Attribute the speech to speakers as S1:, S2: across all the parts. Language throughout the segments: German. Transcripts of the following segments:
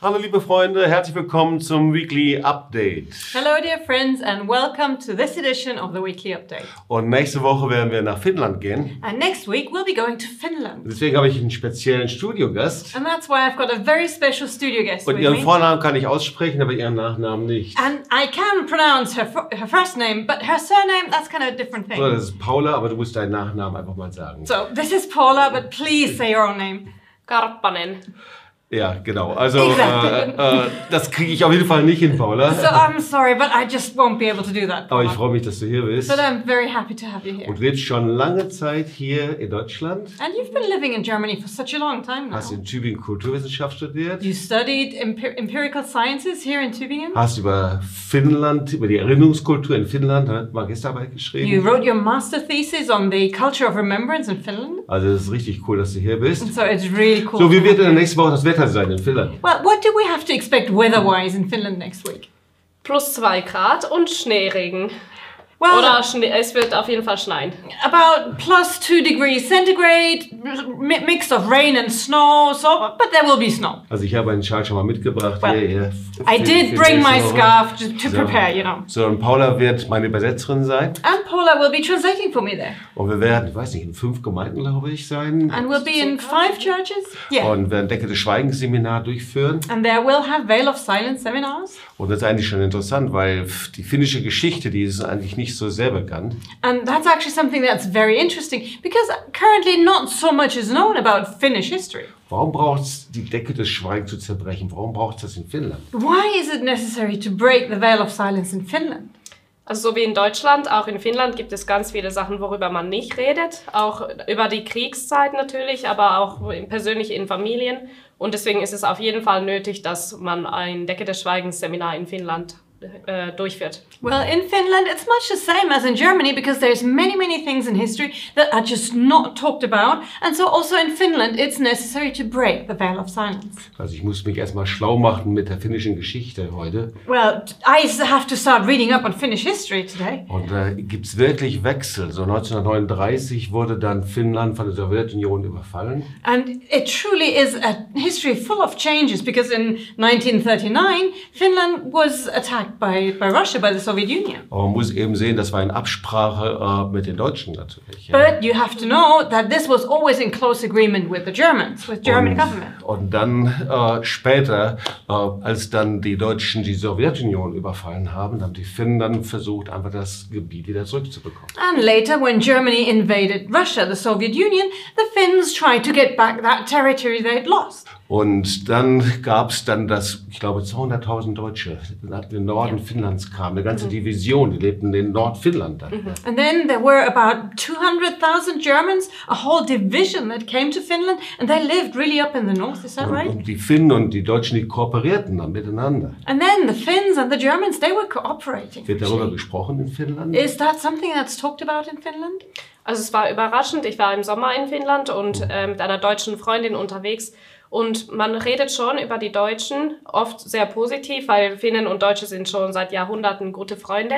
S1: Hallo liebe Freunde, herzlich willkommen zum Weekly Update.
S2: Hello, dear friends, and welcome to this edition of the Weekly Update.
S1: Und nächste Woche werden wir nach Finnland gehen.
S2: And next week, we'll be going to Finland.
S1: Deswegen habe ich einen speziellen Studiogast.
S2: And that's why I've got a very special studio guest
S1: Und
S2: with
S1: ihren
S2: me.
S1: Vornamen kann ich aussprechen, aber ihren Nachnamen nicht.
S2: And I can pronounce her, fir- her first name, but her surname, that's kind of a different
S1: So,
S2: thing.
S1: das ist Paula, aber du musst deinen Nachnamen einfach mal sagen.
S2: So, this is Paula, but please say your own name.
S3: Karppanen.
S1: Ja, genau. Also
S2: Exactly.
S1: äh, äh, das kriege ich auf jeden Fall nicht hin, Paula.
S2: So, I'm sorry, but I just won't be able to do that.
S1: aber ich
S2: Paula.
S1: freue mich, dass du hier bist.
S2: But I'm very happy to have you here.
S1: Und lebst schon lange Zeit hier in Deutschland.
S2: And you've been living in Germany for such a long time now.
S1: Hast in Tübingen Kulturwissenschaft studiert.
S2: You studied empi- empirical sciences here in Tübingen.
S1: Hast über Finnland, über die Erinnerungskultur in Finnland eine Magisterarbeit geschrieben.
S2: You wrote your master thesis on the culture of remembrance in Finland.
S1: Also es ist richtig cool, dass du hier bist.
S2: So it's really cool.
S1: So, wie wird denn nächste Woche das Wetter sein in Finnland?
S2: well, what do we have to expect weather-wise in Finland next week?
S3: Plus 2 Grad und Schneeregen.
S2: Well,
S3: Oder Schnee, es wird auf jeden Fall schneien.
S2: about plus two degrees centigrade, mi- mix of rain and snow. So, but there will be snow.
S1: Also ich habe einen Schal schon mal mitgebracht.
S2: Well,
S1: hier, hier, für-
S2: I did
S1: für nächste
S2: bring my
S1: Woche.
S2: scarf to, to prepare, you know.
S1: So, und Paula wird meine Übersetzerin sein.
S2: And Paula will be translating for me there,
S1: Und wir werden, ich weiß nicht, in fünf Gemeinden, glaube ich, sein.
S2: and we'll be in five churches. Yeah.
S1: Und werden Decke des Schweigens Seminar durchführen.
S2: And there we'll have veil of silence seminars.
S1: Und das ist eigentlich schon interessant, weil pff, die finnische Geschichte, die ist eigentlich nicht so sehr bekannt.
S2: And that's actually something that's very interesting because currently not so much is known about Finnish history.
S1: Warum braucht es die Decke des Schweigens zu zerbrechen? Warum braucht es das in Finnland?
S2: Why is it necessary to break the veil of silence in Finland?
S3: Also so wie in Deutschland, auch in Finnland gibt es ganz viele Sachen, worüber man nicht redet. Auch über die Kriegszeit natürlich, aber auch in- persönlich in Familien. Und deswegen ist es auf jeden Fall nötig, dass man ein Decke des Schweigens Seminar in Finnland äh, durchführt.
S2: Well, in Finland, it's much the same as in Germany because there's many, many things in history that are just not talked about. And so also in Finland, it's necessary to break the veil of silence.
S1: Also ich muss mich erstmal schlau machen mit der finnischen Geschichte heute.
S2: Well, t- I s- have to start reading up on Finnish history today.
S1: Und da gibt es wirklich Wechsel. So 1939 wurde dann Finnland von der Sowjetunion überfallen.
S2: And it truly is a history full of changes because in 1939, Finland was attacked by, by Russia, by the Soviet Union.
S1: Aber man muss eben sehen, das war in Absprache äh, mit den Deutschen natürlich. ja.
S2: But you have to know that this was always in close agreement with the Germans, with German government.
S1: Und, und dann äh, später, äh, als dann die Deutschen die Sowjetunion überfallen haben, haben die Finnen dann versucht, einfach das Gebiet wieder zurückzubekommen.
S2: And later, when Germany invaded Russia, the Soviet Union, the Finns tried to get back that territory they'd lost.
S1: Und dann gab es dann das, ich glaube, 200.000 Deutsche nach dem Norden Finnlands kamen. Eine ganze Division, die lebten in Nordfinnland dann.
S2: And then there were about 200,000 Germans, a whole division that came to Finland, and they lived really up in the north, is that
S1: Und,
S2: right?
S1: und Um die Finnen und die Deutschen, die kooperierten dann miteinander.
S2: And then the Finns and the Germans, they were cooperating.
S1: Wird darüber
S2: actually.
S1: gesprochen in Finnland?
S2: Is that something that's talked about in Finland?
S3: Also es war überraschend. Ich war im Sommer in Finnland und äh, mit einer deutschen Freundin unterwegs. Und man redet schon über die Deutschen, oft sehr positiv, weil Finnen und Deutsche sind schon seit Jahrhunderten gute Freunde.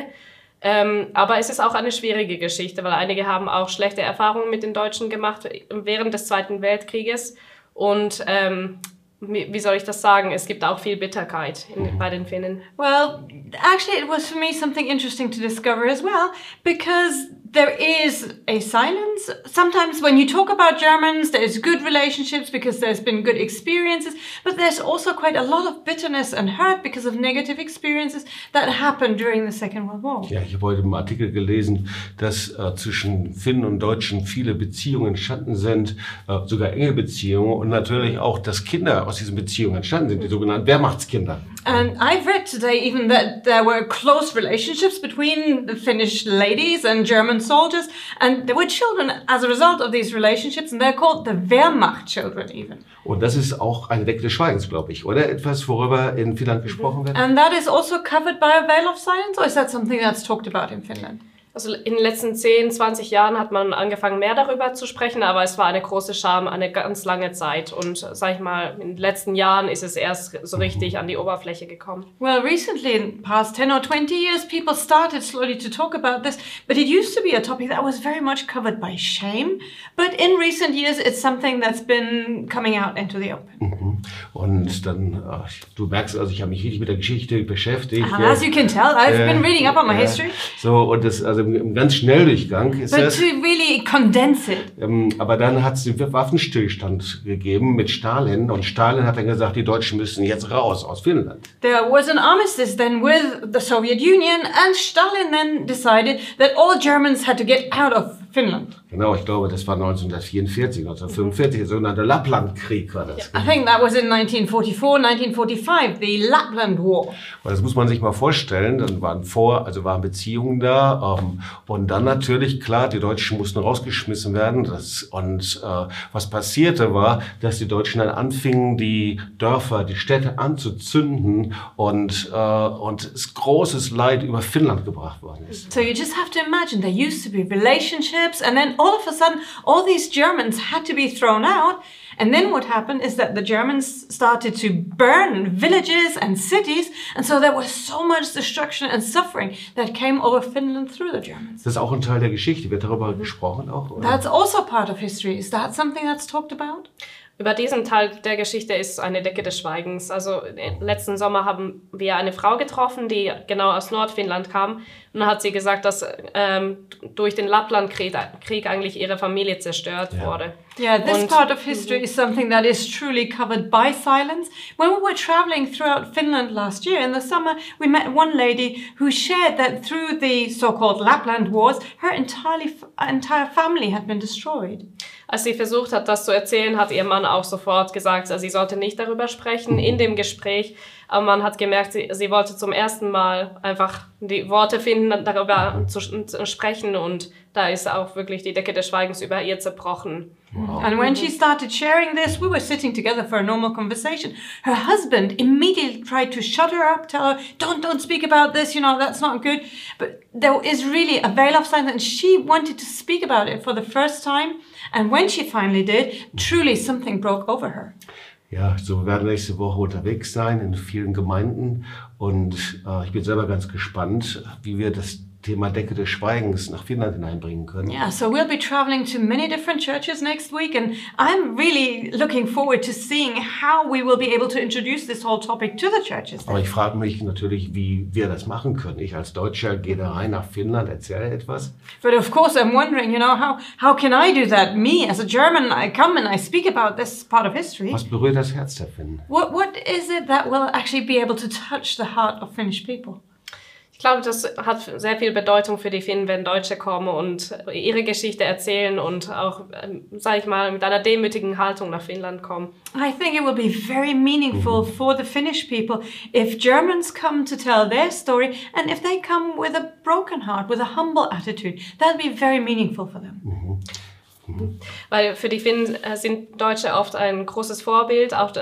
S3: Ähm, aber es ist auch eine schwierige Geschichte, weil einige haben auch schlechte Erfahrungen mit den Deutschen gemacht während des Zweiten Weltkrieges. Und ähm, wie wie soll ich das sagen? Es gibt auch viel Bitterkeit in, bei den Finnen.
S2: Well, actually, it was for me something interesting to discover as well, because there is a silence. Sometimes when you talk about Germans, there's good relationships because there's been good experiences, but there's also quite a lot of bitterness and hurt because of negative experiences that happened during the Second World War.
S1: Ja, ich habe heute im Artikel gelesen, dass äh, zwischen Finnen und Deutschen viele Beziehungen entstanden sind, äh, sogar enge Beziehungen und natürlich auch, dass Kinder aus diesen Beziehungen entstanden sind, die sogenannten Wehrmachtskinder.
S2: And I've read today even that there were close relationships between the Finnish ladies and German soldiers, and there were children as a result of these relationships, and they're called the Wehrmacht children, even.
S1: Und das ist auch eine Decke des Schweigens, glaube ich, oder? Etwas, worüber in Finnland gesprochen wird.
S2: And that is also covered by a veil of silence, or is that something that's talked about in Finland?
S3: also in den letzten 10, 20 Jahren hat man angefangen, mehr darüber zu sprechen, aber es war eine große Scham, eine ganz lange Zeit. Und sag ich mal, in den letzten Jahren ist es erst so richtig an die Oberfläche gekommen.
S2: Well, recently, in the past 10 or 20 years, people started slowly to talk about this, but it used to be a topic that was very much covered by shame. But in recent years, it's something that's been coming out into the open.
S1: Und dann, ach, du merkst, also ich habe mich richtig mit der Geschichte beschäftigt.
S2: Ah,
S1: ja.
S2: As you can tell, I've
S1: Äh,
S2: been reading up on my
S1: ja.
S2: history.
S1: So, und das, also im, im ganz Schnelldurchgang ist
S2: But
S1: das.
S2: to really condense it,
S1: Ähm, aber dann hat es den Waffenstillstand gegeben mit Stalin. Und Stalin hat dann gesagt, die Deutschen müssen jetzt raus aus Finnland.
S2: There was an armistice then with the Soviet Union, and Stalin then decided that all Germans had to get out of Finland.
S1: Genau, ich glaube, das war 1944, 1945, der sogenannte Lapplandkrieg war das.
S2: I think that was in 1944, 1945, the Lapland War.
S1: Und das muss man sich mal vorstellen. Dann waren vor, also waren Beziehungen da. Ähm, und dann natürlich, klar, die Deutschen mussten rausgeschmissen werden. Das, und äh, was passierte war, dass die Deutschen dann anfingen, die Dörfer, die Städte anzuzünden und, äh, und es großes Leid über Finnland gebracht worden ist.
S2: So you just have to imagine there used to be relationships, and then all of a sudden, all these Germans had to be thrown out. And then what happened is that the Germans started to burn villages and cities, and so there was so much destruction and suffering that came over Finland through the Germans.
S1: Das ist auch ein Teil der Geschichte. Wird darüber gesprochen auch? Oder?
S2: That's also part of history. Is that something that's talked about?
S3: Über diesen Teil der Geschichte ist eine Decke des Schweigens. Also äh, letzten Sommer haben wir eine Frau getroffen, die genau aus Nordfinnland kam. Und dann hat sie gesagt, dass ähm, durch den Lapplandkrieg äh, Krieg eigentlich ihre Familie zerstört
S1: Ja.
S3: wurde.
S2: Yeah, this
S3: Und-
S2: part of history is something that is truly covered by silence. When we were traveling throughout Finland last year in the summer, we met one lady who shared that through the so-called Lapland Wars, her entirely entire family had been destroyed.
S3: Als sie versucht hat, das zu erzählen, hat ihr Mann auch sofort gesagt, sie sollte nicht darüber sprechen in dem Gespräch. Aber man hat gemerkt, sie, sie wollte zum ersten Mal einfach die Worte finden, darüber zu, zu sprechen. Und da ist auch wirklich die Decke des Schweigens über ihr zerbrochen.
S2: And when she started sharing this, we were sitting together for a normal conversation. Her husband immediately tried to shut her up, tell her, "Don't, don't speak about this. You know that's not good." But there is really a veil of silence, and she wanted to speak about it for the first time. And when she finally did, truly something broke over her.
S1: Ja, so wir werden nächste Woche unterwegs sein in vielen Gemeinden und äh, ich bin selber ganz gespannt, wie wir das Thema Decke des Schweigens nach Finnland hineinbringen können.
S2: Yeah, so we'll be traveling to many different churches next week, and I'm really looking forward to seeing how we will be able to introduce this whole topic to the churches.
S1: Aber ich frage mich natürlich, wie wir das machen können. Ich als Deutscher gehe da rein nach Finnland, erzähle etwas.
S2: But of course, I'm wondering, you know, how, how can I do that? Me, as a German, I come and I speak about this part of history.
S1: Was berührt das Herz der Finnen?
S2: What, what is it that will actually be able to touch the heart of Finnish people?
S3: Ich glaube, das hat sehr viel Bedeutung für die Finnen, wenn Deutsche kommen und ihre Geschichte erzählen und auch, sage ich mal, mit einer demütigen Haltung nach Finnland kommen.
S2: I think it will be very meaningful for the Finnish people if Germans come to tell their story and if they come with a broken heart, with a humble attitude. That'll be very meaningful for them.
S3: Weil für die Finnen äh, sind Deutsche oft ein großes Vorbild. Auch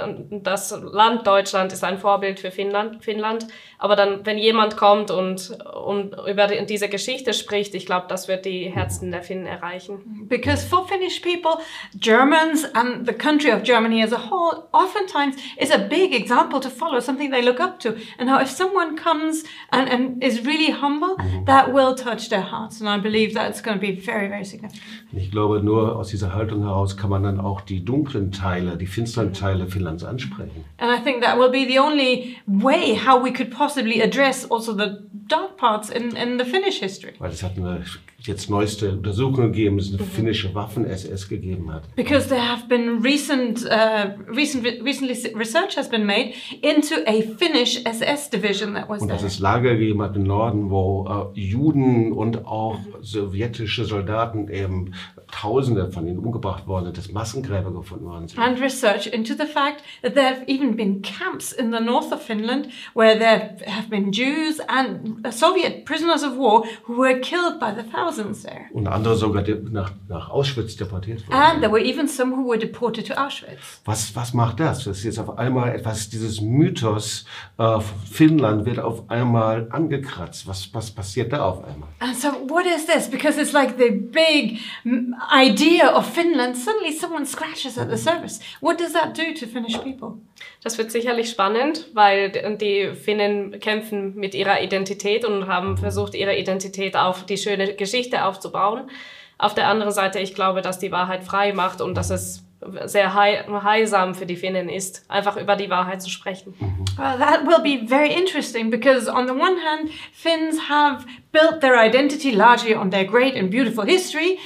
S3: das Land Deutschland ist ein Vorbild für Finnland. Finnland. Aber dann, wenn jemand kommt und, und über die, diese Geschichte spricht, ich glaube, das wird die Herzen der Finnen erreichen.
S2: Because for Finnish people, Germans and the country of Germany as a whole oftentimes is a big example to follow, something they look up to. And how if someone comes and, and is really humble, that will touch their hearts. And I believe that's going to be very, very significant.
S1: Ich glaube, nur aus dieser Haltung heraus kann man dann auch die dunklen Teile, die finsteren Teile Finnlands ansprechen.
S2: And I think that will be the only way how we could possibly address also the dark parts in, in the Finnish history.
S1: Weil es hat eine jetzt neueste Untersuchung gegeben, dass es eine finnische Waffen-SS gegeben hat.
S2: Because there have been recent, uh, recent, recently research has been made into a Finnish SS division that was
S1: Und dass
S2: there.
S1: es Lager gegeben hat im Norden, wo äh, Juden und auch sowjetische Soldaten eben Tausende von ihnen umgebracht worden sind, dass Massengräber gefunden worden sind.
S2: and research into the fact that there have even been camps in the north of Finland where there have been Jews and Soviet prisoners of war who were killed by the thousands there.
S1: Und andere sogar de- nach, nach Auschwitz deportiert
S2: And
S1: wurden.
S2: there were even some who were deported to Auschwitz.
S1: Was, was macht das? Das ist jetzt auf einmal etwas, dieses Mythos äh, Finnland wird auf einmal angekratzt. Was, was passiert da auf einmal?
S2: And so, what is this? Because it's like the big mm, idea of Finland. Suddenly, someone scratches at the surface. What does that do to Finnish people?
S3: Das wird sicherlich spannend, weil d- die Finnen kämpfen mit ihrer Identität und haben versucht, ihre Identität auf die schöne Geschichte aufzubauen. Auf der anderen Seite, ich glaube, dass die Wahrheit frei macht und dass es sehr hei- heilsam für die Finnen ist, einfach über die Wahrheit zu sprechen.
S2: Well, that will be very interesting because, on the one hand, Finns have built their identity largely on their great and beautiful history,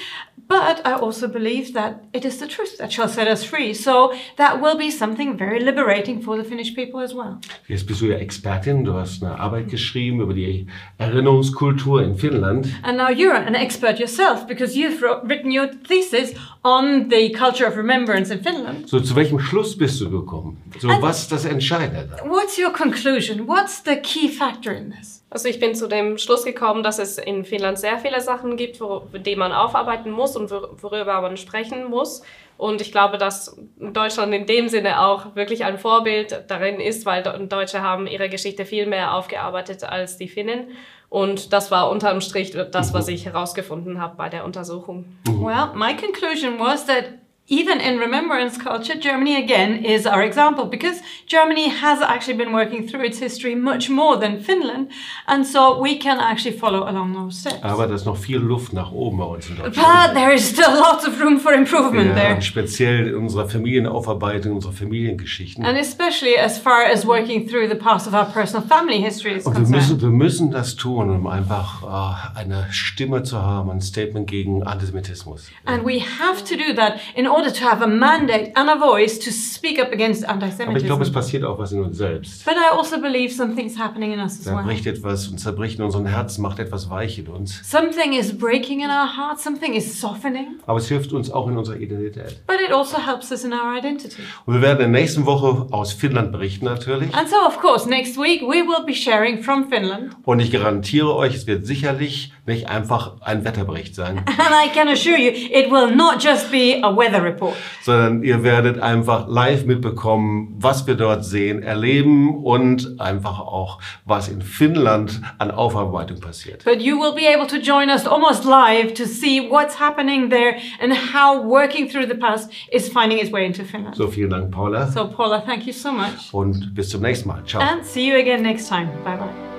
S2: but I also believe that it is the truth that shall set us free. So, that will be something very liberating for the Finnish people as well.
S1: Jetzt bist du ja Expertin, du hast eine Arbeit geschrieben über die Erinnerungskultur in Finnland.
S2: And now you're an expert yourself because you've wrote, written your thesis on the culture of remembrance in Finland.
S1: So, zu welchem Schluss bist du gekommen? So,
S2: Also-
S1: was ist das Entscheidende?
S2: What's your conclusion? What's the key factor in this?
S3: Also ich bin zu dem Schluss gekommen, dass es in Finnland sehr viele Sachen gibt, wor- die man aufarbeiten muss und wor- worüber man sprechen muss. Und ich glaube, dass Deutschland in dem Sinne auch wirklich ein Vorbild darin ist, weil Do- Deutsche haben ihre Geschichte viel mehr aufgearbeitet als die Finnen. Und das war unterm Strich das, was ich herausgefunden habe bei der Untersuchung.
S2: Well, my conclusion was that even in remembrance culture, Germany again is our example because Germany has actually been working through its history much more than Finland, and so we can actually follow along those steps.
S1: Aber da ist noch viel Luft nach oben bei uns in Deutschland.
S2: But there is still lots of room for improvement
S1: Ja,
S2: there.
S1: speziell in unserer Familienaufarbeitung, unserer Familiengeschichten.
S2: And especially as far as working through the past of our personal family history is
S1: Und wir
S2: concerned.
S1: müssen, wir müssen das tun, um einfach äh, eine Stimme zu haben, ein Statement gegen Antisemitismus.
S2: And we have to do that in order to have a mandate and a voice to speak up against
S1: Aber ich glaube,
S2: anti-Semitism.
S1: es passiert auch was in uns selbst.
S2: But I also believe something's happening in us as
S1: Da
S2: well.
S1: bricht etwas und zerbricht in unserem Herzen, macht etwas weich in uns.
S2: Something is breaking in our heart, something is softening,
S1: Aber es hilft uns auch in unserer Identität.
S2: but it also helps us in our identity.
S1: Und wir werden in der nächsten Woche aus Finnland berichten natürlich.
S2: And so, of course, next week we will be sharing from Finland.
S1: Und ich garantiere euch, es wird sicherlich nicht einfach ein Wetterbericht sein,
S2: And I can assure you, it will not just be a weather report.
S1: sondern ihr werdet einfach live mitbekommen, was wir dort sehen, erleben und einfach auch, was in Finnland an Aufarbeitung passiert.
S2: But you will be able to join us almost live to see what's happening there and how working through the past is finding its way into Finland.
S1: So, vielen Dank, Paula.
S2: So, Paula, thank you so much.
S1: Und bis zum nächsten Mal. Ciao.
S2: And see you again next time. Bye bye.